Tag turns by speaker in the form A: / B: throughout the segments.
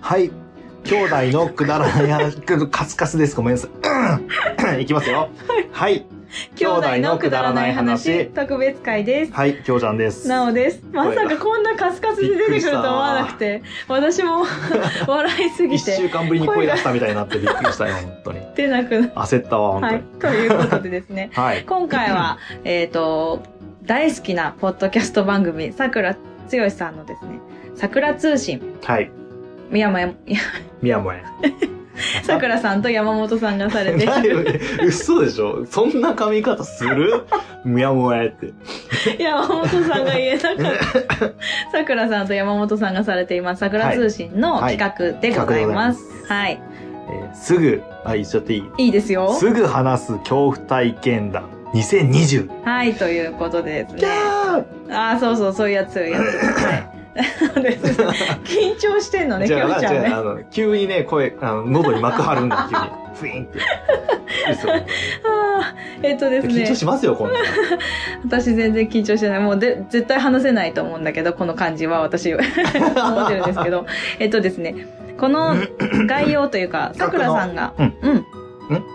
A: はい。兄弟のくだらない 話、カスカスです。ごめんなさい。うんいき ますよ。はい。
B: 兄弟のくだらない話特別会です
A: はい、きょうちゃんです。
B: なおですまさかこんなカスカスで出てくると思わなくて私も 笑いすぎ
A: 一
B: て
A: 週間ぶりに声出したみたいになってびっくりしたよ、本当に。
B: 出なくなっ
A: 焦ったわ、本当
B: は
A: に
B: い。ということでですね
A: はい。
B: 今回はえっと大好きなポッドキャスト番組さくらつよしさんのですねさくら通信
A: はい。
B: 宮 前
A: 宮もえ。
B: さくらさんと山本さんがされて
A: ない
B: いる
A: よね 嘘でしょそんな髪型する宮もえって。
B: 山本さんが言えなかった さくらさんと山本さんがされていますさくら通信の
A: はい
B: 企画でございます、はい
A: えーすぐ、あ、一緒っていい
B: いいですよ。
A: すぐ話す恐怖体験談2020。
B: はい、ということでです
A: キ
B: ね。
A: ャ
B: ああ、そうそう、そういうやつ、そういう やつ。はい。ですね緊張してんの
A: ー
B: ね、き
A: 違う
B: ょうちゃん
A: 違う
B: ね。
A: あの、急にね、声、あの、喉に膜張るん だ、急に。フィーンって。嘘
B: あーえっとです
A: 緊張
B: ね、
A: しますよ、こんなの。
B: 私全然緊張してない。もうで絶対話せないと思うんだけど、この感じ は私、思ってるんですけど。えっとですね、この概要という か、さくらさんが、
A: うん
B: うん。
A: ん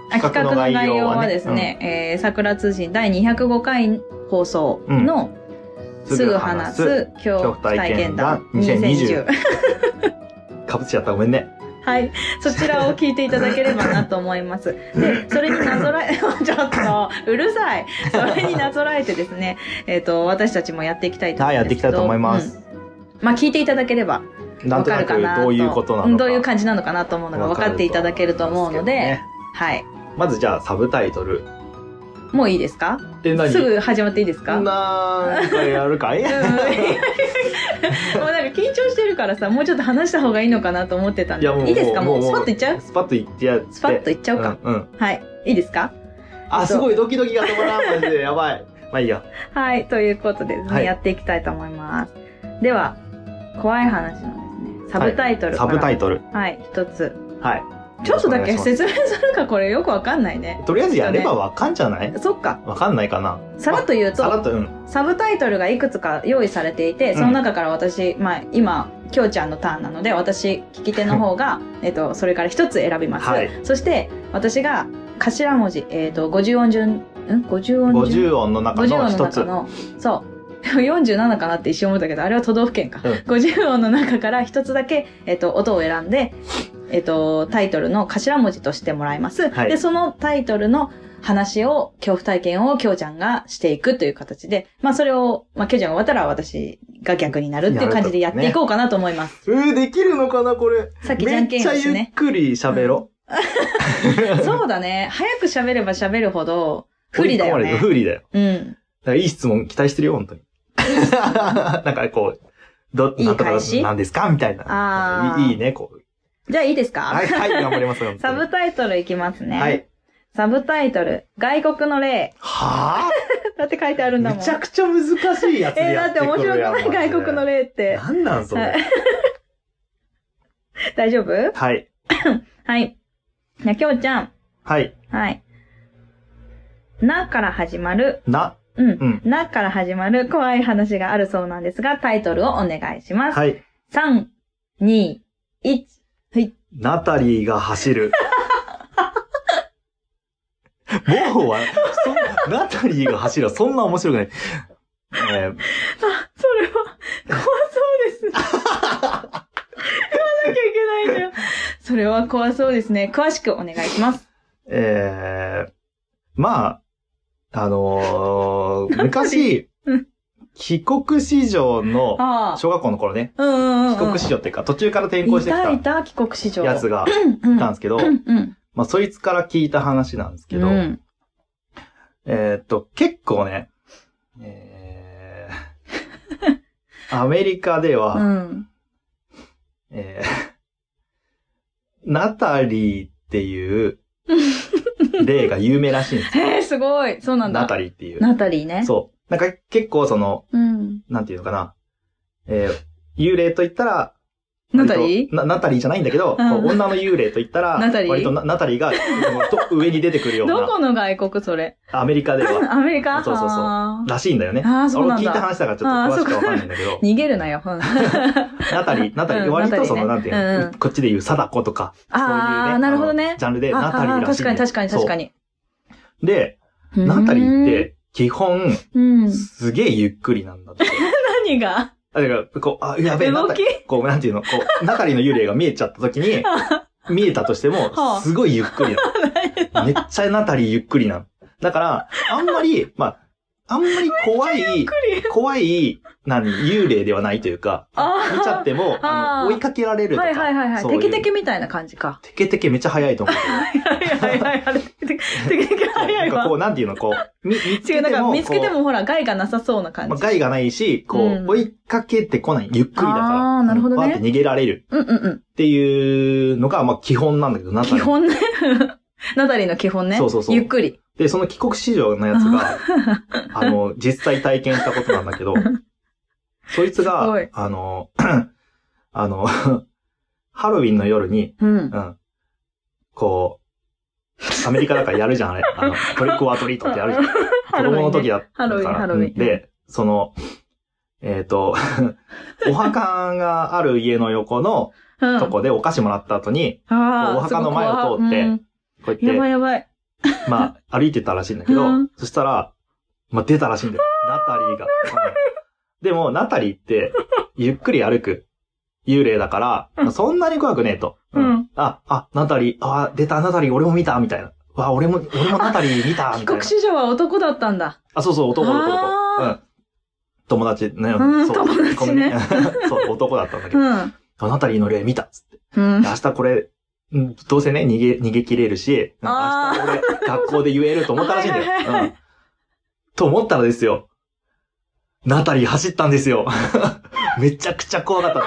B: あ企画の概要はです
A: うん
B: ね、えー桜通信第205回放送の、すぐ話す恐怖体験談2020。
A: かぶっちゃったごめんね
B: はい。そちらを聞いていただければなと思い ます。で、それになぞらえ、ちょ っと、うるさい。それになぞらえてですね、 えっ、と、私たちもやっていきたいと
A: は
B: 思
A: いや
B: うん
A: っ
B: ですけ
A: ていきた
B: ど。
A: いと思います、
B: うんまあ、聞いていただければ
A: な
B: わ
A: んと
B: か
A: な
B: るか
A: く
B: なと。
A: どういうことなの
B: ん
A: か
B: どういう感じなのかなと思うのが分かっていただけると思うので、
A: わかる
B: はい。
A: と思いますけどねまずじゃあサブタイトル
B: もういいですか
A: で何
B: すぐ始まっていいです か
A: なんかやる かい
B: うんもうなんか緊張してるからさ、もうちょっと話した方がいいのかなと思ってたん
A: いやもう
B: で。いいですかもう、スパッといっちゃう
A: スパッといってやって
B: スパッといっちゃおうか。
A: うんうん
B: はい。いいですか
A: あすごいドキドキが止まらんマジでやばいまあいいや
B: はい、ということでですね、
A: はい
B: やっていきたいと思います。では、怖い話のですね、サブタイトルか
A: サ
B: ら、
A: ブタイトル
B: はい、一つ。
A: はい
B: ちょっとだけ
A: よろしくお願いし
B: 説明するか、これよくわかんないね
A: ま。すとりあえずやればわかんじゃない
B: そっか。
A: わかんないかな
B: さらっと言う
A: さら
B: と、
A: っとうん
B: サブタイトルがいくつか用意されていて、その中から私、まあ、今、きょうちゃんのターンなので、私、聞き手の方が、 えっと、それから一つ選びます。
A: はい
B: そして、私が、頭文字、えっ、と、50音順、ん ?50 音順
A: 50音の中
B: 50
A: の
B: 音の
A: 一つ
B: 中のそう47かな って一瞬思ったけどあれは都道府県か、
A: うん
B: 50音の中から一つだけ、えっと音を選んで、えっとタイトルの頭文字としてもらいます、
A: はい
B: でそのタイトルの話を恐怖体験をきょうちゃんがしていくという形でまあそれを、まあ、きょうちゃんが終わったら私が逆になるっていう感じでやっていこうかなと思います、
A: えー、できるのかなこれ
B: さっきじゃんけんをして
A: めっちゃゆっ
B: ね
A: くり喋ろ。
B: そうだね早く喋れば喋るほど不利だよ
A: 追い込まれて
B: ね
A: 不利だよ。
B: うん
A: だからいい質問期待してるよ、本 当に。なんかこう、ど、
B: いい
A: なんとか
B: 返し
A: なんですかみたいな
B: あ。ー
A: いいいね、こう。
B: じゃあいいですか、
A: はい、はい、頑張りますよ。
B: サブタイトルいきますね。
A: はい。
B: サブタイトル、外国の例。
A: は
B: だって書いてある
A: ぁ
B: んだもん。
A: めちゃくちゃ難しいやつ で
B: えー、だ
A: や
B: ってて
A: く
B: 面
A: る
B: 白く
A: やん。
B: ない外国の
A: 例。
B: 例って。
A: なんなんそ
B: は
A: れ。
B: い 大丈夫
A: はい。
B: はい。じゃあ、きょうちゃん。
A: はい。
B: はい。なから始まる、
A: な。
B: うん。
A: うん。
B: なから始まる怖い話があるそうなんですが、タイトルをお願いします。
A: はい。
B: 3、2、1。
A: ナタリーが走る。もうは、そんナタリーが走るはそんな面白くない。えー
B: あ、それは、怖そうです。言わなきゃいけないんだよ。それは怖そうですね。詳しくお願いします。
A: ええまあ、あのー昔
B: うん、
A: 帰国子女の、
B: ああ。
A: 小学校の頃ね、
B: うんうんうんうん。
A: 帰国子女っていうか、途中から転校して
B: いた
A: き
B: いた、帰国子
A: た
B: 女。
A: やつが
B: うん、
A: い
B: い
A: たんですけど、
B: うんうん。
A: まあ、そいつから聞いた話なんですけど、
B: うん
A: えーっと、結構ね、え ーアメリカでは、
B: うん。
A: えーナタリーっていう、例が有名らしいんです
B: へえ、すごい。そうな
A: よ。
B: んだ。
A: ナタリーっていう。
B: ナタリーね。
A: そう。なんか結構その、
B: うん。
A: なんていうのかな。えー幽霊と言ったら、
B: ナタ
A: 割
B: リー
A: となナタリーじゃないんだけど、こ
B: うん
A: う女の幽霊と言ったら、
B: ナタリー
A: 割となナタリーがこうと上に出てくるよう
B: ど
A: な、
B: この外国それ
A: アメリカでは、
B: アメリカ
A: そうそうそう
B: あー
A: らしいんだよね。
B: あーそうな
A: 俺
B: んだ
A: も聞いた話だからちょっと詳しくわかんないんだけど、
B: 逃げるなよ。 うん
A: ナタリー、ナタリー、
B: うん
A: 割とその、
B: ナ
A: な
B: タ
A: ん
B: リ
A: て
B: ーね
A: いう
B: うん
A: の、こっちで言う貞子とか、そういうね
B: あ
A: あ
B: あ、
A: の、
B: なるほどね。
A: ジャンルで
B: あ
A: ナタリー
B: あ
A: らしいんだ
B: 確か
A: よ。
B: に確かに確かに。
A: そうで、
B: うん
A: ナタリーっ、て、基本、
B: うん、
A: すげえゆっくりなんだって。
B: 何が
A: あだから、こう、あ、やべえ、
B: 動
A: ナタ
B: き
A: リー、こう、なんていうの、こう、ナタリーの幽霊が見えちゃった時に、見えたとして
B: は
A: も
B: あ、
A: すごいゆっくり なの。めっちゃナタリーゆっくりなの。だから、あんまり、まあ、あんまり怖い、怖い、何、幽霊ではないというか、
B: あー
A: 見ちゃっても、あ
B: あ
A: の、
B: ー
A: 追いかけられるとか。
B: はいはいはいはい。
A: そうう
B: テケテケみたいな感じか。
A: テケテケめっちゃ早いと思うけど。
B: はいはいはいはい。テケテケ早
A: ないんかこ
B: わ。
A: う、なんていうの、こう、み見つ
B: 違
A: け
B: う、なん
A: て
B: か
A: も、
B: 見つけて
A: こ
B: もほら、害がなさそうな
A: う、
B: 感
A: まあ、
B: じ。
A: 害がないし、こう、
B: うん
A: 追いかけてこない。ゆっくりだから。
B: あーなるほどね
A: バーって逃げられる
B: うんうんうん。
A: っていうのが、まあ、基本なんだけど、ナタリー
B: 基本ね。ナタリーの基本ね。
A: そうそうそう
B: ゆっくり。
A: で、その帰国子女のやつが、あの、実際体験したことなんだけ ど、そいつ
B: すご
A: が
B: い、
A: あの、 あの、 ハロウィンの夜に、
B: うん。
A: うん、こう、アメリカだからやるじゃん、あれ。あの、トリックオアトリートってやるじゃん。子供の時
B: だ。
A: だったから。
B: ハロウィンハロウィン
A: で、その、えっ、と、 お墓がある家の横の
B: うん。
A: とこでお菓子もらった後に、
B: ああ。
A: お墓の前を通って
B: そこは
A: こう
B: うんや
A: やっ
B: ばいやばい。
A: て、まあ、歩いてたらしいんだけど、
B: うん
A: そしたら、まあ、出たらしいんだよ。ナタリーが。うんでも、ナタリーって、ゆっくり歩く幽霊だから、まあそんなに怖くねえと。
B: うん
A: あ、あ、ナタリー、あ、出た、ナタリー、俺も見た、みたいな。わ、俺も、俺もナタリー見た、
B: 帰
A: みたい
B: 国
A: な。
B: 子女は男だったんだ。
A: あ、そうそう、男の子
B: あ
A: 男。う
B: ー
A: ん。友達ね。
B: うん
A: そう
B: 友達ね
A: ごめん そう、男だったんだけ
B: う
A: ど。
B: ん。
A: あなたにの霊見たっつって。
B: うん
A: で。明日これ、うんどうせね、逃げ、逃げ切れるし、明
B: あ
A: 日俺、学校で言えると思ったらしいんだ
B: はいはいは
A: よ。
B: い
A: うん。と思ったらですよ。ナタリー走ったんですよ。 めちゃくちゃ怖かったの。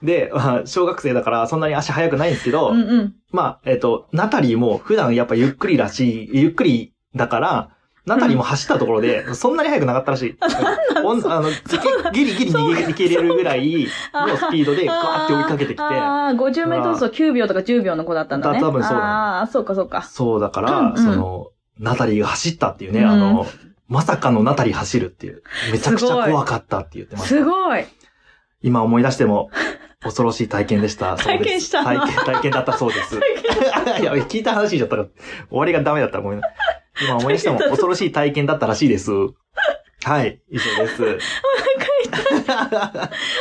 A: で、まあ小学生だからそんなに足速くないんですけど、
B: うんうん。
A: まあ、えっ、と、ナタリーも普段やっぱゆっくりらしい、ゆっくりだから、ナタリーも走ったところで、そんなに速くなかったらしい。おんあの、ギリギリ逃げ逃げれるぐらいのスピードでガーって追いかけてきて、
B: ああ、50メートル走9秒とか10秒の子だったんだね。
A: だ多分そうだね
B: ああ、そうかそうか。
A: そうだから、
B: うん
A: その、ナタリーが走ったっていうね、
B: うん
A: あの、まさかのナタリー走るっていう、めちゃくち
B: すご
A: ゃ
B: い
A: 怖かったって言ってまし
B: す
A: た。
B: ごい。
A: 今思い出しても、恐ろしい体験で した。そうです
B: 体験した
A: 体験、体験だったそうです。 いや、聞いた話しちゃったから、終わりがダメだったらごめんな今思い出しても恐ろしい体験だったらしいです。はい、以上です。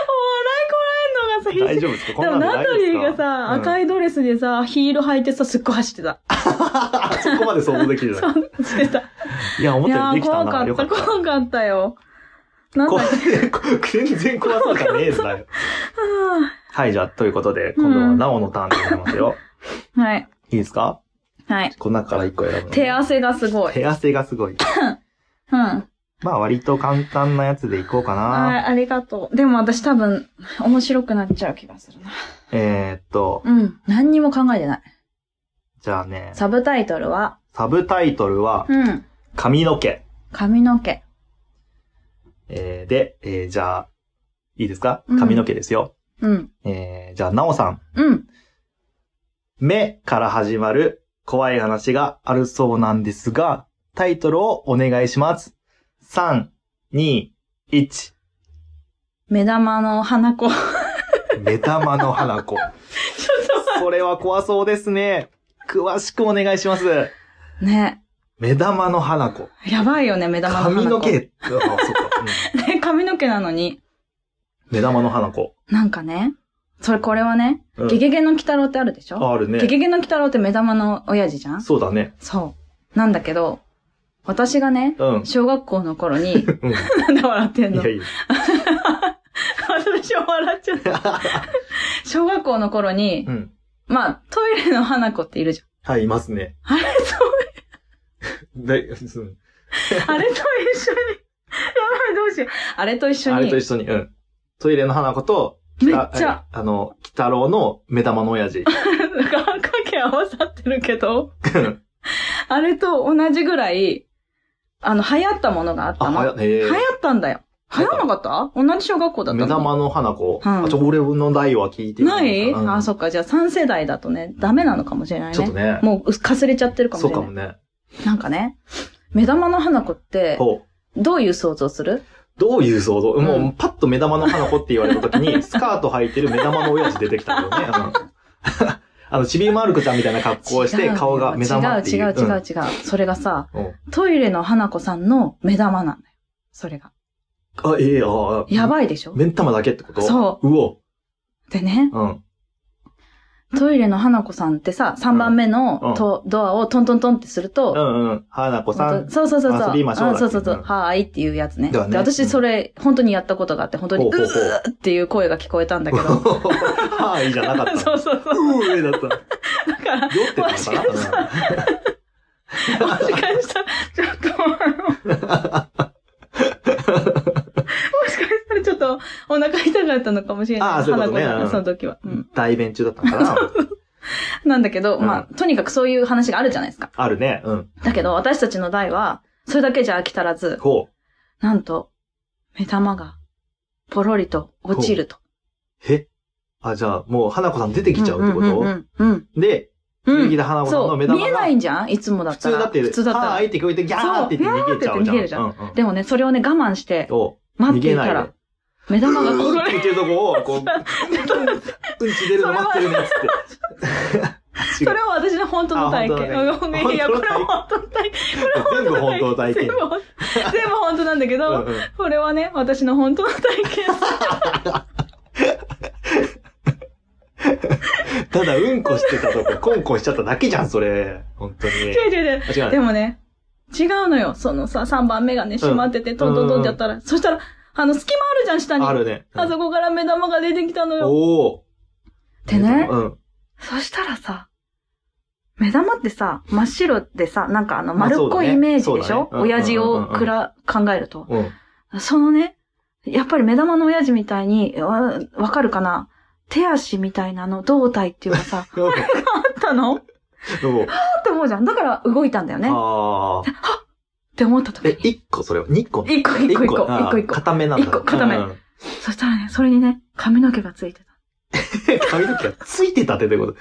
B: お笑いこら
A: 大
B: えんのがさ、必死。
A: 丈夫ですかこん
B: で
A: な
B: も
A: んで
B: ナ
A: 大丈
B: タ
A: 夫
B: リー
A: で
B: が
A: すか
B: さ、赤
A: い。
B: いドレスでさ、ヒール履いてさ、すっごい走っ てた。
A: うんそこまで想像で きてない。
B: してた。
A: いや、思
B: い
A: ったよ
B: や
A: りで
B: ー、
A: きた
B: 怖
A: な。
B: か
A: よ
B: っ
A: か
B: た、
A: った。
B: 怖かったよ。なん
A: 怖
B: だ
A: い全然怖そうじゃねえんだよ。はい、じゃあ、ということで、今度はなおのターンでございますよ。
B: はい。
A: いいですか
B: はい。
A: この中から一個選ぶの。
B: 手汗がすごい。
A: 手汗がすごい。
B: うん。あ
A: まあ、割と簡単なやつでいこうかな。
B: ありがとう。でも私多分、面白くなっちゃう気がするな。
A: えーっと、
B: うん。何にも考えてない。
A: じゃあね、
B: サブタイトルは、
A: サブタイトルは、
B: うん。
A: 髪の毛。
B: 髪の毛。
A: えーで、えーじゃあ、いいですか
B: うん
A: 髪の毛ですよ。
B: うん。
A: えーじゃあ、なおさん。
B: うん。
A: 目から始まる怖い話があるそうなんですが、タイトルをお願いします。3、2、1。
B: 目玉の花子。
A: 目玉の花子。 それは怖そうですね。詳しくお願いします。
B: ね。
A: 目玉の花子。
B: やばいよね、目玉の花子。
A: 髪の毛。あそうかうん
B: ね、 髪の毛なのに。
A: 目玉の花子。
B: なんかね。それ、これはね、
A: うん
B: ゲゲゲの鬼太郎ってあるでしょ
A: ある
B: ゲ
A: ね。
B: ゲゲの鬼太郎って目玉の親父じゃん
A: そうだね。
B: そう。なんだけど、私がね、
A: うん。
B: 小学校の頃に、
A: うん。い
B: なんで笑ってんの
A: やいや。
B: 私も笑っちゃった。小学校の頃に
A: う、ん。
B: まあ、トイレの花子っているじ
A: はい、いますね。
B: ゃん。あれと、
A: で、うん
B: あれと一緒に、やばい、どうしよう。あれと一緒
A: あれ
B: に
A: と、一緒に、うん。トイレの花子と、
B: めっ
A: あ
B: ちゃ、
A: あの、鬼太郎の目玉の親父。
B: なんか半掛け合わさってるけど
A: ん、
B: あれと同じぐらい、あの、流行ったものがあった
A: あ、
B: の。
A: はや、へ
B: 流行
A: え。
B: ったんだよ。流行んなかった同じ小学校だった
A: 目
B: の
A: 玉の花子。
B: うん
A: あ、ちょ、俺の代は聞いて
B: ない
A: うん
B: あ、そっか。じゃあ3世代だとね、ダメなのかもしれないね。
A: ちょっとね。
B: もう、かすれちゃってるかも
A: そ
B: しれ
A: う
B: ない。
A: かもね。
B: なんかね、目玉の花子って、
A: こう。
B: どういう想像する
A: どういう想像、
B: ん
A: もう、パッと目玉の花子って言われた時 に、スカート履いてる目玉の親父出てきたけどね。うん あの、ちびまる子ちゃんみたいな格好をして、
B: 違う
A: 顔が目玉っていう。
B: 違う違う違う違う。それがさ、
A: うん。うん
B: トイレの花子さんの目玉なんだよ。それが。
A: あ、ええああ。
B: や
A: い。
B: ばいでしょ
A: 目ん玉だけってこと。
B: そう
A: うお。
B: でね、
A: うん。
B: トイレの花子さんってさ、3番目のとドアをトントントンってすると、
A: うんうん。花子さん。
B: そうそうそうそう。
A: 遊びましょうだっ
B: ん
A: け
B: そうそうそうう。
A: ん
B: はーいっていうやつね。
A: だね
B: で私それ、本当にやったことがあって、本当に、う
A: ほうほうほう
B: ーっていう声が聞こえたんだけど。
A: はい、じゃ なかった。
B: そうそうそう。
A: うー、上だった。
B: だか
A: 酔
B: ら、
A: ってたの
B: もし
A: か
B: か し
A: な
B: もしかしたら、ちょっと、もしかしたらちょっと、お腹痛かったのかもしれない。
A: あーそういうことね
B: 花子さん
A: うん
B: その時は。
A: う
B: う
A: んん。代弁中だったのかな
B: なんだけど、
A: うん
B: まあ、とにかくそういう話があるじゃないですか。
A: あるね。うん。
B: だけど、私たちの代は、それだけじゃ飽き足らず、
A: ほう。
B: なんと、目玉が、ポロリと落ちると。
A: えあ、じゃあ、もう、花子さん出てきちゃうってこと、
B: うんうんうんうん
A: で、
B: うん
A: 鈴木田花子さん
B: そ
A: の
B: う、
A: 目玉
B: 見
A: が。
B: えないんじゃんいつもだっ
A: 普
B: た
A: 通
B: ら。
A: だって、
B: 普通だった
A: はー
B: ら。
A: いって聞こえて、ギャーって言って逃げちゃうじゃん。
B: そうギャーって言って逃げるじゃん
A: うんうん
B: でもね、それをね、我慢して、
A: おう
B: 待
A: 逃
B: って
A: げ
B: い
A: ない
B: た
A: で。
B: ら、目玉が
A: う
B: こ
A: ーって言ってるとこを、こう、うんち出るの待ってるね、つって。
B: それは私の本当の体験。
A: あ本当
B: う
A: 当
B: ん
A: だ
B: いやいや、こ
A: 本当
B: れは
A: の
B: 本当の体
A: 全部本当体
B: 験。全
A: 験
B: 部。本当、全部本当なんだけ
A: うん
B: ど、
A: うん
B: これはね、私の本当の体験。
A: ただ、うんこしてたとこ、コンコンしちゃっただけじゃん、それ。本当に。
B: 違う違う違う。
A: あ違うね。
B: でもね、違うのよ。そのさ、3番目がね、閉まってて、トントントンってやったら、そしたら、あの、隙間あるじゃん、下に。
A: あるね。うん
B: あそこから目玉が出てきたのよ。
A: おお。
B: ってね。
A: うん。
B: そしたらさ、目玉ってさ、真っ白でさ、なんかあの
A: まあ
B: 丸っこいイメージでし
A: そうだね
B: ょ
A: そうだね
B: 親父
A: うんうん
B: を
A: うんうん
B: くら、考えると。
A: うん。、
B: そのね、やっぱり目玉の親父みたいに、わ、わかるかな手足みたいなあの胴体っていうかさ
A: どう
B: あったの
A: も
B: あって思うじゃん。だから動いたんだよね。っ
A: ああ。
B: て思った時
A: え、
B: に。
A: 一個それは二個
B: 一個一個一個、
A: あー
B: 一個一個。
A: 固めなんだ。
B: 一個固め
A: うん
B: そしたらね、それにね、髪の毛がついてた。
A: 髪の毛がついてたってどういうこと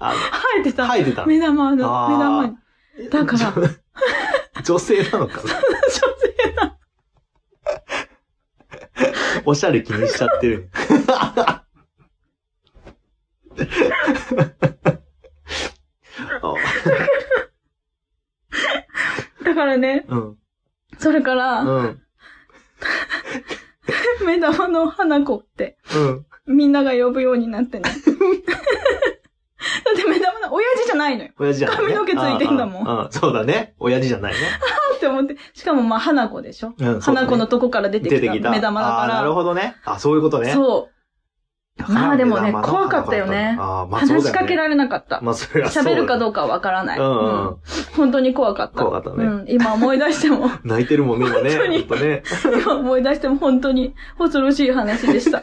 A: あ
B: 生えて
A: の、
B: た。
A: 生えてた。
B: 目玉の、
A: あー
B: 目玉に。だから
A: 女。女性なのかな
B: 女性だ
A: おしゃれ気にしちゃってる。 あ
B: だからね、
A: うん。
B: それから、
A: うん。
B: 目玉の花子って、
A: うん。
B: みんなが呼ぶように なってね。だって目玉の親父じゃないのよ。
A: 親父じゃない、ね。
B: 髪の毛ついてんだもん
A: ああああうん。そうだね。親父じゃないね。
B: って思って。しかもまあ花子でしょ、
A: うん。そうだ
B: 花
A: ね
B: 子のとこから出て
A: 出て
B: き
A: き
B: た
A: た。
B: 目玉だ
A: あー
B: から。
A: なるほどね。あ、そういうことね。
B: そう。
A: だから
B: まあでもね
A: 目玉の
B: 怖かったよね
A: あーまあそうだよ
B: 話
A: ね
B: しかけられなかった。
A: まあそれはそうだ
B: 喋
A: ね
B: るかどうかはわからない、
A: うんうん
B: う
A: うんん。
B: 本当に怖かった。
A: 怖かったね
B: うん、今思い出し ても、
A: 泣いてるもんね、今ね。
B: 本当に
A: ほんとね。
B: 今思い出しても本当に恐ろしい話 でした。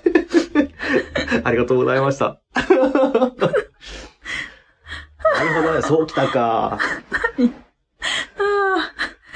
A: ありがとうございました。なるほどね、そうきたか。
B: あ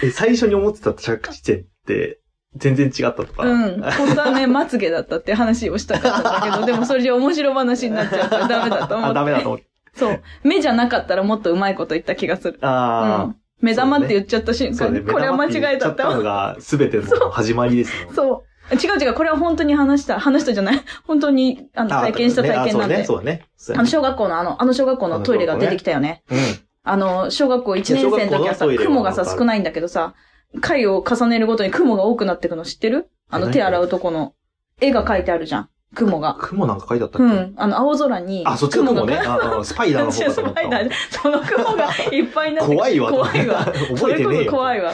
A: え、最初に思ってた着地点って、全然違ったとか。
B: あうん。本当はね、まつげだったって話をしたかったんだ けど、でもそれじゃ面白話になっちゃうからダメだと思っ
A: あ、
B: て。
A: ダメだと思って。
B: そう。目じゃなかったらもっとうまいこと言った気がする。う
A: あ
B: ん。目玉って言っちゃった
A: あ、
B: 瞬
A: そう
B: 間、
A: ね。
B: これは間違えた
A: っ
B: って
A: たのが、すべての始まりですね。
B: そう。違う違う、これは本当に話した、話したじゃない。本当に、あの、
A: あ
B: 体験した体験なん
A: ね
B: で
A: あ。そうね、そう
B: あ
A: だ
B: の、
A: ね。
B: 小学校のあの、あの小学校のトイレが出てきたよね。
A: そうやね
B: あの、小学校1年生の時はさ、
A: いや小学校のトイレは
B: 雲がさ、
A: わかる
B: 少ないんだけどさ、回を重ねるごとに雲が多くなってくの知ってるあの、
A: 何
B: 手洗うとこの、絵が描いてあるじゃん。雲
A: う
B: が
A: ん。。雲なんか書いてあったっけ、
B: うん。あの、青空に。
A: あ、そっちの雲ね。
B: が。
A: ああスパイダーの方かと思っ
B: その雲がいっぱいにな
A: た。
B: って
A: 怖いわ。。
B: 怖いわ
A: 覚えて
B: そ
A: ねえ
B: れこそ
A: よ。
B: 怖いわ。い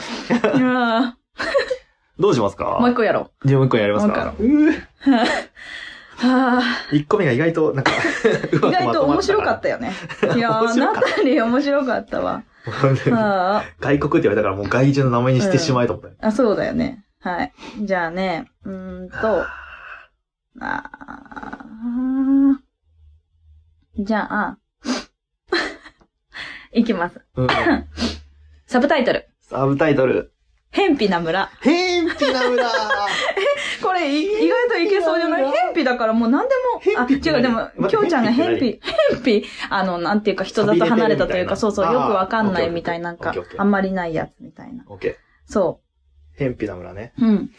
B: や
A: どうします
B: ーもう一
A: か
B: 個やろ
A: じゃあもう一個やります
B: も
A: かうー
B: う。は
A: 一個目が意外と、なんか、 意
B: ー意外と面白かったよね。いや
A: 面
B: ー、
A: 白か
B: ナ
A: った
B: タリー面白かったわ。 は
A: 外
B: ー
A: 国って言われたからもう外人の名前にしてしまえと思ったよ。
B: あ、そうだよね。はい。じゃあね、うーんと、あーじゃあ、 いきます。
A: うん
B: サブタイトル。
A: サブタイトル。
B: ヘ偏僻な村。
A: 偏僻な村
B: これ、い意外といけそうじゃない
A: いいな
B: 偏僻だからもう何でも。あ、
A: 偏僻って
B: 違う、でも
A: 何、待って
B: きょうちゃんが偏
A: 偏僻
B: 僻、偏僻、あの、なんていうか人里離れたとい
A: 寂れてるみた
B: うか、
A: いな
B: そうそう、よくわかんな
A: あ
B: い
A: ー
B: みたいなん
A: オッ
B: か
A: ケーオッケーオッケ、ー
B: あんまりないやつみたいな。
A: オッケ
B: そ
A: ー。偏僻な村ね。
B: う。うん。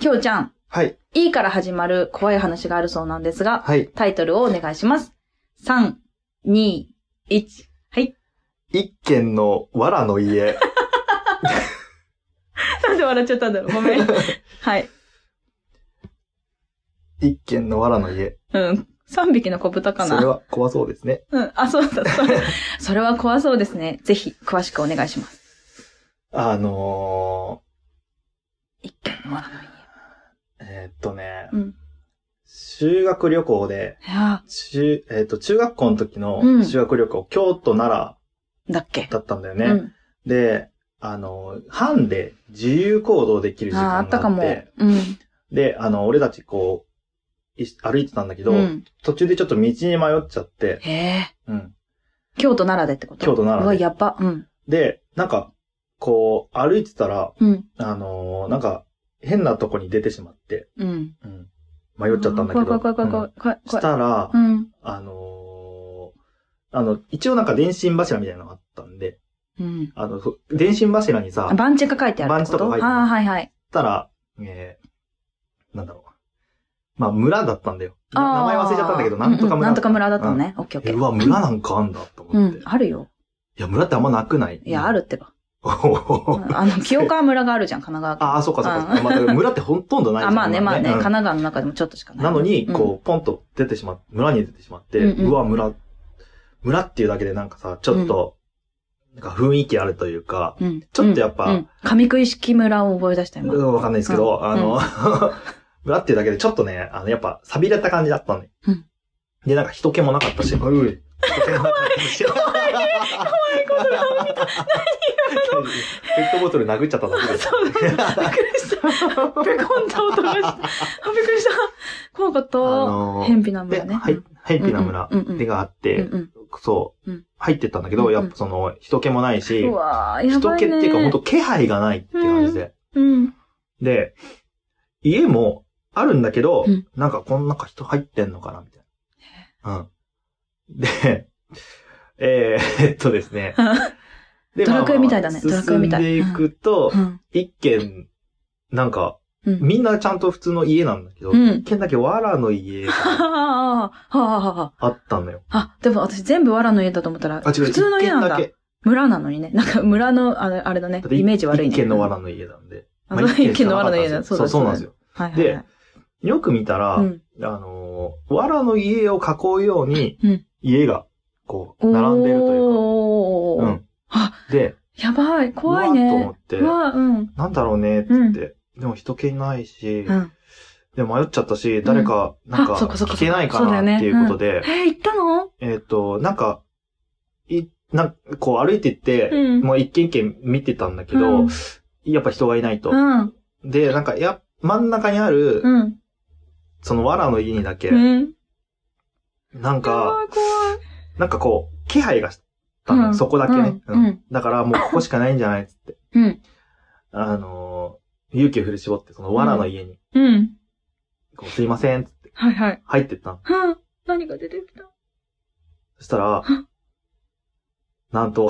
B: きょうちゃん、
A: はい。
B: E から始まる怖い話があるそうなんですが、
A: はい。
B: タイトルをお願いします。3、2、1。はい。
A: 一軒の藁の家。
B: なんで笑っちゃったんだろうごめ ん。はい。
A: 一軒の藁の家。
B: うん。3匹の小豚か
A: それ
B: な。
A: は怖そうですね。
B: うん。あ、そうだ。それ それは怖そうですね。ぜひ、詳しくお願いします。
A: あの
B: 一見の笑い
A: ー、えーっとね、
B: うん
A: 修学旅行で、
B: いや
A: 中、えーっと、中学校の時
B: うん
A: の修学旅行、京都奈
B: ーだっけ
A: 良だったんだよね。
B: うん。
A: で、あの、班で自由行動できる時間が
B: ああ
A: あ
B: ー、あ
A: っ、
B: ってたかも。うん。
A: で、あの、俺たちこう、い歩いてたんだけど、
B: うん。
A: 途中でちょっと道に迷っちゃって、
B: へえ。
A: うん。
B: 京都奈良でってこと
A: 京都奈良
B: うわ、
A: で
B: やっば。うん。
A: で、なんか、こう、歩いてたら、
B: うん。
A: あのーなんか、変なとこに出てしまって、
B: うん。
A: うん。迷っちゃったんだけど。
B: 怖い怖い怖い怖
A: う
B: い怖い
A: んし
B: 怖い。
A: たら、
B: うん。
A: あのーあの、一応なんか電信柱みたいなのがあったんで、
B: うん。
A: あの、ふ電信柱にさ、
B: 番地が書いてあるってこと
A: 番地とか書いてある
B: ああー、はいはい。
A: ったら、えー、なんだろう。まあ、村だったんだよ。
B: あ
A: な名前忘れちゃったんだけど、なんとか村。
B: うんうんなんとか村だったのね。オッケーオ
A: うん。
B: ッ
A: え
B: ケー。
A: うわ、村なんかあんだと
B: う
A: 思って。
B: ん
A: い。
B: あるよ。
A: や、村ってあんまなくない
B: いや、 あ。るってば。
A: おほほ
B: あの、清川村があるじゃん、神奈川
A: ああ、そうかそう
B: う
A: か。
B: ん
A: まあ、村ってほとんどない
B: 県。
A: じ
B: あ、
A: ゃん
B: まあね、まあね、
A: うん
B: 神奈川の中でもちょっとしかない。
A: なのに、
B: うん
A: こう、ポンと出てしまっ、村に出てしまって、
B: うんうん
A: うわ、村、村っていうだけでなんかさ、ちょっと、なんか雰囲気あるというか、
B: うん、
A: ちょっとやっぱ
B: うんうん上食い式村を覚え出した今。
A: うんわかんないですけど、
B: うん
A: あ の、村っていうだけでちょっとね、あの、やっぱ、錆びれた感じだったのね。
B: うん
A: で、なんか人気もなかったし、 うい。人気もなかったし。怖い、怖い、怖い、何ペットボトル殴っちゃっただけで。
B: そうなんだ。びっくりした。 ペコンと音がした。あびっくりした。怖かっ
A: あ
B: た。
A: の
B: 偏僻な
A: で、
B: 村ね。
A: はい、ヘイピーな村
B: うんうんうんうん
A: でがあっ
B: うん
A: て、
B: うん
A: そう
B: うん、
A: 入ってったんだけ
B: うん
A: ど、
B: うん
A: やっぱその、人気もないし
B: う、わーや
A: 人
B: ばい
A: 気
B: ね。
A: っていうか本当気配がないって感じで。
B: うん。
A: で、家もあるんだけど
B: うん、
A: なんかこん中人入ってんのかなみたいな。うん。で、えーえっとですね。で
B: ドラクエみたいだね
A: まあまあ
B: ドラクエみたい
A: 進んでいくと
B: う、ん。
A: 一軒、なんか、
B: うん。
A: みんなちゃんと普通の家なんだけど、
B: うん
A: 一軒だけ藁の家が
B: ああ、ああ、。
A: あったのよ
B: あ、でも私全部藁の家だと思ったら、
A: あ、違う、
B: 普通の家なんだ
A: 一軒。け
B: 村なのにね。なんか村の、あのあれだね
A: だっ。て
B: イメージ悪いね。
A: 一軒の藁の家なんで。
B: あ
A: まあ
B: そう一軒の藁の家だ。
A: そ
B: そうう
A: そうそ
B: だ
A: うなんです
B: よ。
A: よ。
B: はいはいはい
A: で、よく見たら、
B: うん。
A: あのー、藁の家を囲うように
B: うん、
A: 家が、こう、並んでるという
B: お
A: か。う
B: ー
A: ん。
B: あ、
A: で、
B: やばい、怖いう
A: わーと
B: ね
A: 思。って、
B: わあ、うん。
A: なんだろうね、っつって。でも人気ないし
B: う、ん。
A: で、迷っちゃったし、誰か、なんか、
B: あそうかそうか
A: 聞けないか
B: そうだ
A: な
B: よね
A: っていうことで、
B: えー、行ったの
A: えっと、なんか、い、なんこう歩いてって
B: う、ん
A: もう一軒一軒見てたんだけ
B: う
A: ど
B: ん、
A: やっぱ人がいないと
B: う。ん。
A: で、なんか、や、真ん中にある
B: う、ん。
A: その藁の家にだけ、
B: うん。
A: なんか
B: 怖、い怖い。
A: なんかこう、気配がしたのよ、
B: うん
A: そこだけね、
B: うんうん
A: だからもうここしかないんじゃないっつって。
B: うん。
A: あのー勇気を振り絞って、その藁の家に、
B: うん。
A: こうすいませんっつって
B: はいはい。
A: 入ってったの。
B: うん。何が出て きた
A: そした ら、なんと、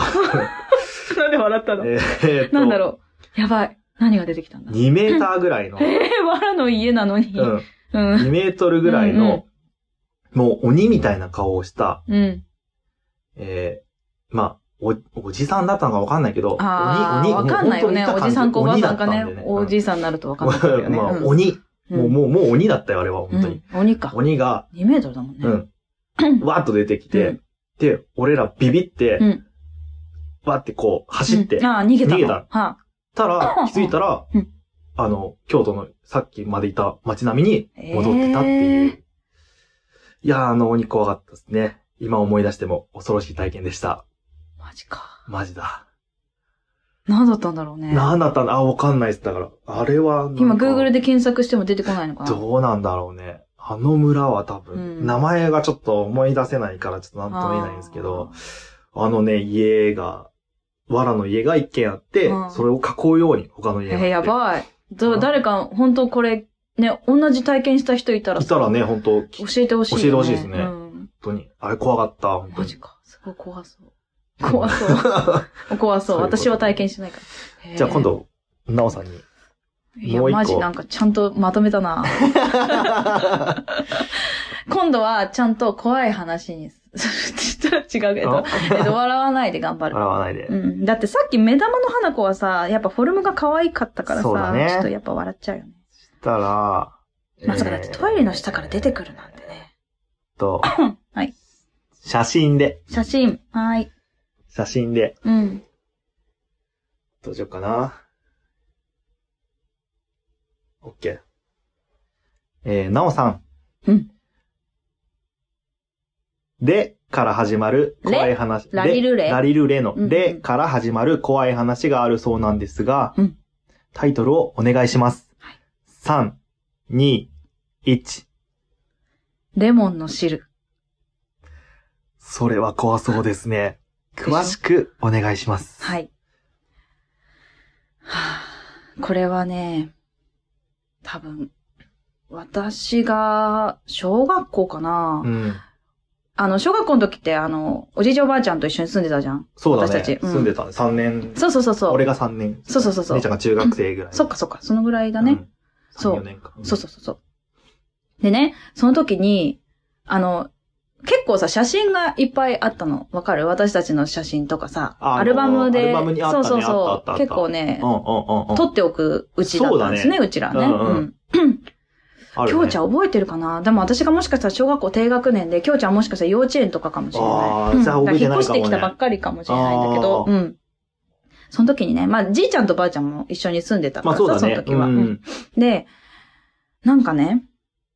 B: なんで笑った
A: え
B: の
A: ーっと、
B: なんだろう。やばい。何が出てきたんだ
A: 2メーターぐらいの、
B: えー、藁の家なのに。
A: うん、
B: うん。
A: 2メートルぐらいの、もう鬼みたいな顔をした、
B: うん。
A: えー、まあ、お、おじさんだったのかわかんないけど、
B: ああ、わかんないよね。おじさんかおばあさんかね。おじいさんになるとわかんないよね。
A: まあ、
B: うん
A: 鬼。
B: うん
A: もう、もう、もう鬼だったよ、あれは、本当に。
B: うん鬼か。
A: 鬼が、
B: 2メートルだもんね。
A: うん、わーっと出てきて、
B: うん
A: で、俺らビビって、
B: うん
A: わーってこう、走って、
B: ああ、逃げたの。
A: 逃げた
B: はあ、
A: たら、気づいたら、
B: うん
A: あの、京都のさっきまでいた街並みに戻ってたっていう。
B: え
A: いやー、あの鬼怖かったですね。今思い出しても恐ろしい体験でした。
B: マジか。
A: マジだ。
B: 何だったんだろうね。
A: なんだったんだあ、わかんないです。だから、あれはなんか、
B: 今、Google で検索しても出てこないのかな。
A: どうなんだろうね。あの村は多
B: う
A: 分、
B: ん
A: 名前がちょっと思い出せないからちょっとなんとも言えないんですけど、あのね、家が藁の家が一軒あって、
B: うん
A: それを囲うように他の家
B: え
A: があっ
B: ー
A: て。
B: やばい。どう誰か、本当これ、ね、同じ体験した人いたら
A: いたらね、本当き
B: 教
A: 本
B: えてほしい、
A: 教えてほしいですね
B: うん
A: 当に。あれ怖かった、本当
B: マ
A: に
B: ジ。か。すごい怖そう。怖そう。怖
A: そ
B: そう。
A: ういうこと
B: 私は体験してないから。へ ー
A: じゃあ今。度、なおさん に。
B: いや、
A: もう一個
B: マジなんかちゃんとまとめ たな。今度はちゃんと怖い話にするって言ったら違うけど、えっと、笑わないで頑張る。
A: 笑わないで。
B: うん。だってさっき目玉の花子はさ、やっぱフォルムが可愛かったから
A: そうだ
B: さ、
A: ね
B: ちょっとやっぱ笑っちゃうよね。
A: したら、
B: まさかだってトイレの下から出てく
A: る。
B: るなんてね。
A: と、
B: はい。
A: 写真で、
B: 写真。はい。
A: 写真で、
B: うん。
A: どうしようかな。OK。えー、なおさん。
B: うん。
A: で、から始まる怖い話。
B: ラリルレ
A: でラリルレの、
B: うんうん
A: で、から始まる怖い話があるそうなんですが、
B: うん
A: タイトルをお願いします。3、2、1。
B: レモンの汁。
A: それは怖そうですね。
B: しょ
A: 詳しくお願いし ます。
B: はい。はあこれはね、多分、私が、小学校かな、
A: うん。
B: あの、小学校の時って、あの、おじいちゃんおばあちゃんと一緒に住んでたじゃん。
A: そうだね。
B: 私たちうん
A: 住んでたね。3年。
B: そうそうそうそう。
A: 俺が3年。
B: そうそうそうそう
A: 姉ちゃんが中学生ぐらい。
B: そっかそっか、そのぐらいだね。
A: うん。
B: そう
A: 3 4年か。
B: そうそうそうそう。でね、その時に、あの、結構さ、写真がいっぱいあったの。わかる私たちの写真とかさ、
A: あ
B: アルバム
A: ア
B: で。
A: ルバムにあった
B: そ
A: ね
B: うそう
A: あっ
B: そ
A: たあったあ
B: う。
A: った
B: 結構ね、
A: うんうんうんうん。
B: 撮っておくうちだったんですね、うちらね。
A: うんうん
B: うん。
A: ある
B: き
A: ね
B: ょうちゃん覚えてるかなでも私がもしかしたら小学校低学年で、きょうちゃんもしかしたら幼稚園とかかもしれ
A: あ
B: ない。
A: ー
B: うん
A: じゃあ覚えてないかもね
B: だら引っ越してきたばっかりかもしれないんだけど、
A: あ
B: うん。その時にね、まあ、じいちゃんとばあちゃんも一緒に住んでたか
A: ま
B: ら
A: あ
B: さ、
A: そうだ
B: その
A: ね。
B: 時は、
A: う
B: うん
A: ん。
B: で、なんかね、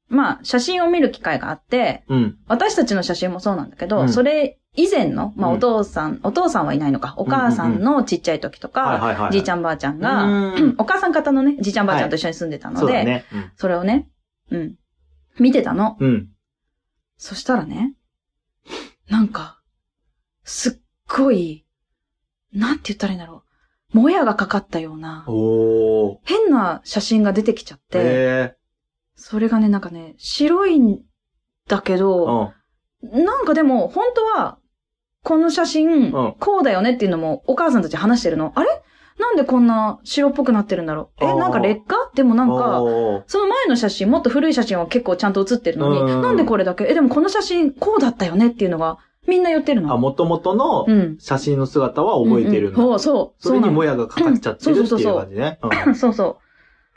B: まあ、写真を見る機会があって、
A: うん。
B: 私たちの写真もそうなんだけど、
A: うん
B: それ以前の、まあ、
A: うん
B: お父さん、お父さんはいないのか、お母さんのちっちゃい時とか、
A: はいはいはいはい。
B: じいちゃんばあちゃんが、
A: うん
B: お母さん方のね、じいちゃんばあちゃんと一緒に住んでたの
A: そう
B: で、
A: だね。
B: それをね、うん、見てたの。
A: うん。うん
B: そしたらね、なんか、すっごい、なんて言ったらいいんだろう。もやがかかったような、
A: おー。
B: 変な写真が出てきちゃって、
A: へ
B: それがね、なんかね、白いんだけ
A: ー
B: ど、
A: うん。
B: なんかでも、本当は、この写真、
A: うん
B: こうだよねっていうのも、お母さんたち話してるの。あれなんでこんな白っぽくなってるんだろう
A: あ
B: え、
A: ー
B: なんか劣化でもなんか、
A: おー
B: その前の写真、もっと古い写真は結構ちゃんと写ってるの
A: う
B: に、
A: ん
B: なんでこれだけえ、でもこの写真、こうだったよねっていうのが、みんな言ってる
A: あ、
B: の。
A: 元々の
B: うん。
A: 写真の姿は覚えてる
B: うんうんそ
A: の。
B: うそう。
A: それにも
B: や。
A: やがかかっちゃってるって
B: そうそ
A: い
B: うそう
A: う
B: そう
A: 感じね。うん
B: そうそう。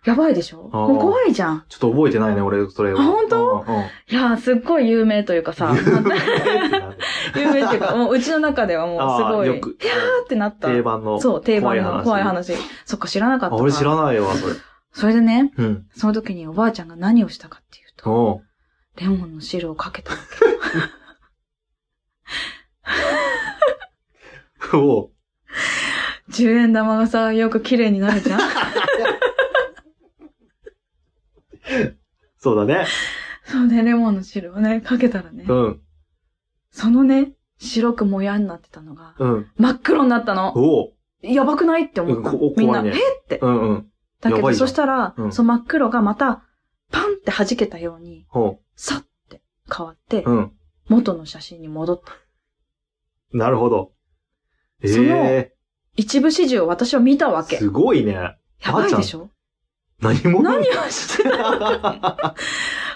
B: やばいでしょ
A: あー
B: もう怖いじゃん。
A: ちょっと覚えてないね、俺、それは。
B: あ本当
A: うんうん
B: いやー、すっごい有名という かさ、 有名っていうか、もううちの中ではもうすごい、
A: あー
B: い
A: よく
B: やーってなった。
A: 定番の。
B: そう、定番の怖
A: 怖
B: い
A: い
B: 話。
A: 話
B: そっか、知らなかった
A: あ、
B: か。
A: 俺知らないわ、それ。
B: それでね、
A: うん。
B: その時におばあちゃんが何をしたかっていうと、
A: おう
B: レモンの汁をかけたわけ。
A: おう
B: 10円玉がさ、よく綺麗になるじゃん
A: そうだね。
B: そうね、レモンの汁をね、かけたらね
A: う、ん。
B: そのね、白くもやになってたのが、
A: うん。
B: 真っ黒になったの。
A: おう
B: やばくないって思った
A: うんこ
B: みんな、
A: 怖いね
B: えって。
A: うんうん。
B: だけ
A: やばい
B: ど、
A: じゃ
B: そ
A: ん
B: したら、
A: うん
B: その真っ黒がまた、パンって弾けたように、
A: ほ
B: さって変わって
A: う。、うん。
B: 元の写真に戻った。
A: なるほど。え
B: その
A: え
B: 一部始終を私は見たわけ。
A: すごいね。
B: やばいでしょ
A: 何も。
B: 何をして た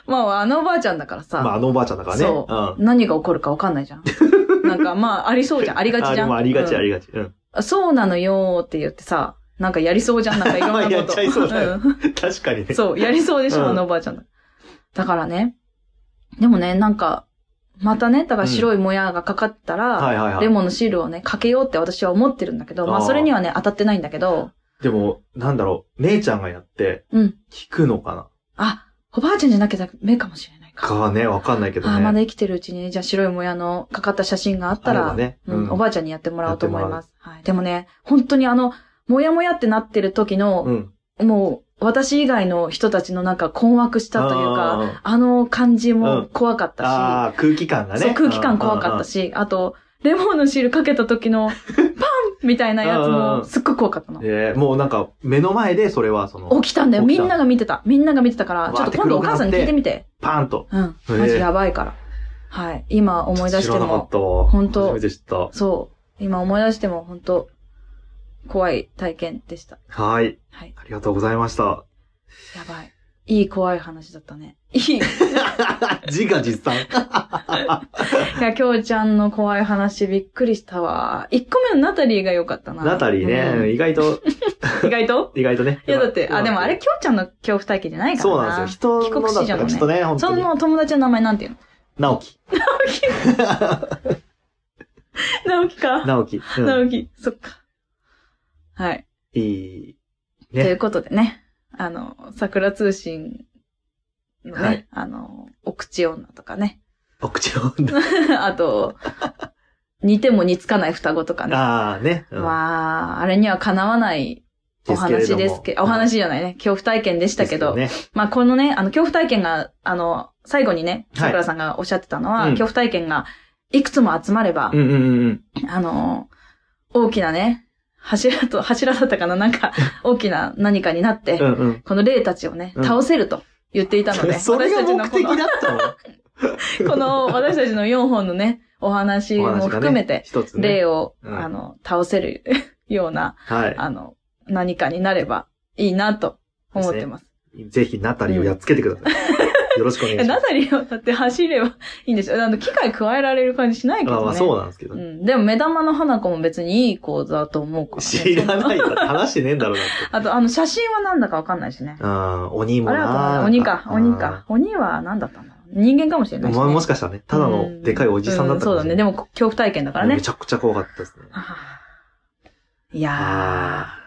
B: まあ、あのおばあちゃんだからさ、
A: まあ、あのおばあちゃんだからね。
B: そう何が起こるかわかんないじゃん。なんかまあ、ありそうじゃん。あり
A: う
B: が
A: ん。 あ
B: ちじ
A: で
B: ゃん。
A: もありがち、あ
B: うん
A: りがち。うん。
B: そうなのよーって言ってさ、なんかやりそうじゃん。なんかいろんなこ と。
A: やっちゃいそうだよ
B: ん
A: 確かにね。
B: そう、やりそうでしょ、
A: うん
B: あのおばあちゃん。だからね。でもね、なんか、またね、だから白いもやがかかったら、
A: はいはいはい。
B: レモンのシールをね、かけようって私は思ってるんだけど、まあ
A: あー
B: それにはね、当たってないんだけど、
A: でも、なんだろう、姉ちゃんがやって、
B: うん。
A: 聞くのかな
B: あ、おばあちゃんじゃなきゃ目かもしれないか。
A: かね、わかんないけど
B: あーまだ
A: ね。
B: 生きてるうちに、じゃあ白いもやのかかった写真があった
A: あれ
B: ら、
A: ばね
B: うん
A: うん
B: おばあちゃんにやってもらおうと思い
A: や
B: ま
A: っ
B: す。はい、でもね、本当にあの、もやもやってなってる時の、
A: ん。
B: もう、私以外の人たちのなんか困惑したというか、
A: か、
B: あの感じ
A: う
B: も
A: ん
B: 怖かったし、
A: ああ、空気感がね。
B: そう空気感怖かったし、あと、レモンの汁かけた時の、パンみたいなやつ
A: うんうんう
B: も
A: ん
B: すっごく多かったの。
A: えーもうなんか、目の前でそれは、その、
B: 起きたんだよ。
A: 起きた
B: みんなが見てた。みんなが見てたから
A: わ、ー
B: ちょっと今度
A: って黒
B: お
A: くな
B: 母
A: って
B: さんに聞いてみて。
A: パーンと。
B: うん。
A: へー
B: マジやばいから。はい。今思い出し
A: 知
B: て
A: らなか
B: も
A: っ、たわ。
B: 本当
A: 初めて知った。
B: そう。今思い出しても、本当怖い体験でした。
A: はい。
B: はい。
A: ありがとうございま した。
B: やばい。いい怖い話だったね。いい。い
A: 自画自賛。
B: や、きょうちゃんの怖い話びっくりしたわ。1個目のナタリーが良かったな。
A: ナタリーね、意外と、
B: うん。意外 と
A: 意外とね。
B: いや、だって、
A: うまく
B: あ、でもあれ、きょうちゃんの恐怖体験じゃないから
A: そ
B: な。
A: うなんですよ。人のだったからちょっとね、本
B: そ
A: 当に。
B: の友達の名前なんていうの
A: 直樹。
B: 直樹 か。
A: 直樹。うん
B: 直樹。そっか。はい。
A: いい。
B: と
A: ね
B: いうことでね、あの、桜通信のね、
A: はい
B: あの、お口女とかね。
A: お口を。
B: あと、似ても似つかない双子とかね。
A: ああ、ね。うん
B: まあ、あれにはかなわないお話ですけど、お話じゃないね。恐怖体験でしたけど、
A: です
B: まあこのね、あの恐怖体験が、あの、最後にね、
A: はい
B: 桜さんがおっしゃってたのは、
A: うん
B: 恐怖体験がいくつも集まれば、
A: ねうんうんうんうん。
B: あの、大きなね、柱と、 柱だったかななんか、大きな何かになって、
A: うんうん。
B: この霊たちをね、
A: うん
B: 倒せると言っていたので、
A: それが目
B: こ
A: 的
B: の、
A: だったの
B: この私たちの4本のね、お話
A: お話がね
B: も含めて、
A: 一つね。
B: 霊を、
A: うん
B: あの、倒せるような、
A: はい。
B: あの、何かになればいいなと思ってます。
A: ぜひナタリーをやっつけてください。よろしくお願い
B: え
A: しま
B: ナ
A: す。
B: タリーはだって走ればいいんですよ。あの、機械加えられる感じしないけど
A: あ
B: ね。
A: まあそうなんですけ
B: う
A: ど。
B: ん。でも、目玉の花子も別にいい子だと思うから、ね。
A: 知らないよ。話してねえんだろうなって。
B: あと、あの、写真はなんだかわかんないしね。
A: ああ、鬼も
B: あれ
A: な
B: は
A: あ。
B: 鬼か、
A: あー
B: 鬼か。。鬼は何だったんだろう。人間かもしれないし、
A: まあ
B: ね。
A: もしかしたらね、ただのでかいおじさんだったか
B: うう
A: もし
B: そう
A: れ
B: だね。で
A: ない
B: も、恐怖体験だからね
A: めち。ゃくちゃ怖かった ですね。
B: はあいや
A: あ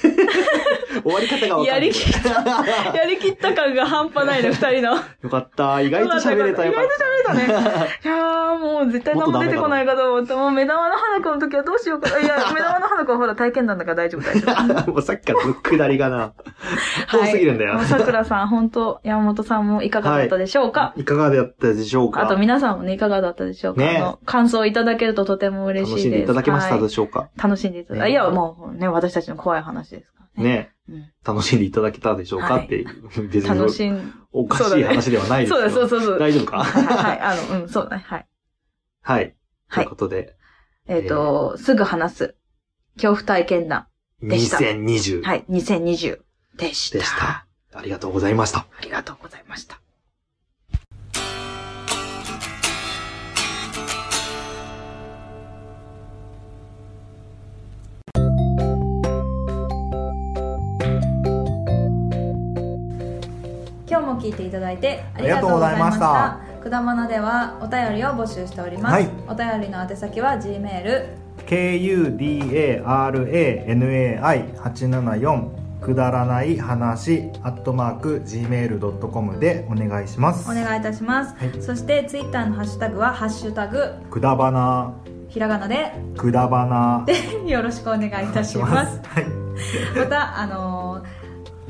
A: ー終わり方がわかんない。
B: やりきっー。やりきった感が半端ないね、二人の。
A: よかった。意外と喋れたよかっ
B: 意外と喋れたね。
A: た。
B: いやー、もう絶対何も出てこないかと思った。もう目玉の花子の時はどうしようか。いや、目玉の花子はほら体験談だから大丈夫、大丈夫。
A: もうさっきからぶっ下りがな。遠すぎるんだよ
B: はいもう桜さん、本当山本さんもいかがだったでしょうか、
A: いかがだったでしょうか
B: あと皆さんもね、いかがだったでしょうか、
A: ね
B: あの、感想いただけるととても嬉
A: 楽
B: しいです。
A: しんでいただけました
B: は
A: で
B: い、
A: しょうか
B: 楽しんでいただ
A: ね
B: いや、もうね、私たちの怖い話ですからね。
A: ね。
B: うん
A: 楽しんでいただけたでしょうか
B: はい
A: っていう、別
B: 楽
A: に
B: しん、
A: おかしい話ではないです
B: そう
A: よ
B: だ、そうそうそう。
A: 大丈夫か
B: はい、 はい、あの、うん、そうだね、はい。
A: はい。と
B: は
A: いう
B: い。
A: ことで、
B: えっ、と、すぐ話す、恐怖体験談、でした
A: 2020
B: はい、2020でした。
A: でした。ありがとうございました。
B: ありがとうございました。今日も聞いていただいてありがとうございました
C: あ。
B: くだまなではお便りを募集しております。
C: はい
B: お便りの宛先は G メール
C: kudaranai874 くだらない話アットマーク gmail.com でお願いします
B: お願いいたします。
C: はい
B: そしてツイッターのハッシュタグはハッシュタグ
C: くだばな
B: ひらがなで
C: くだばな
B: よろしくお願いいたします。
C: はい
B: またあのー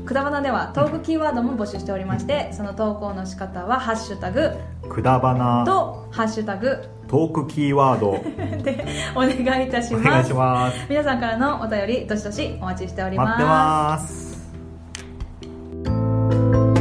B: くだばなではトークキーワードも募集しておりましてその投稿の仕方は「ハッシュタグ
C: くだば」な
B: と「ハッシュタグ
C: トークキーワード」
B: でお願いいたし
C: お
B: ま
C: 願い
B: す
C: します
B: 皆さんからのお便りどしどしお待ちしており
C: 待
B: ま
C: っ
B: す
C: てます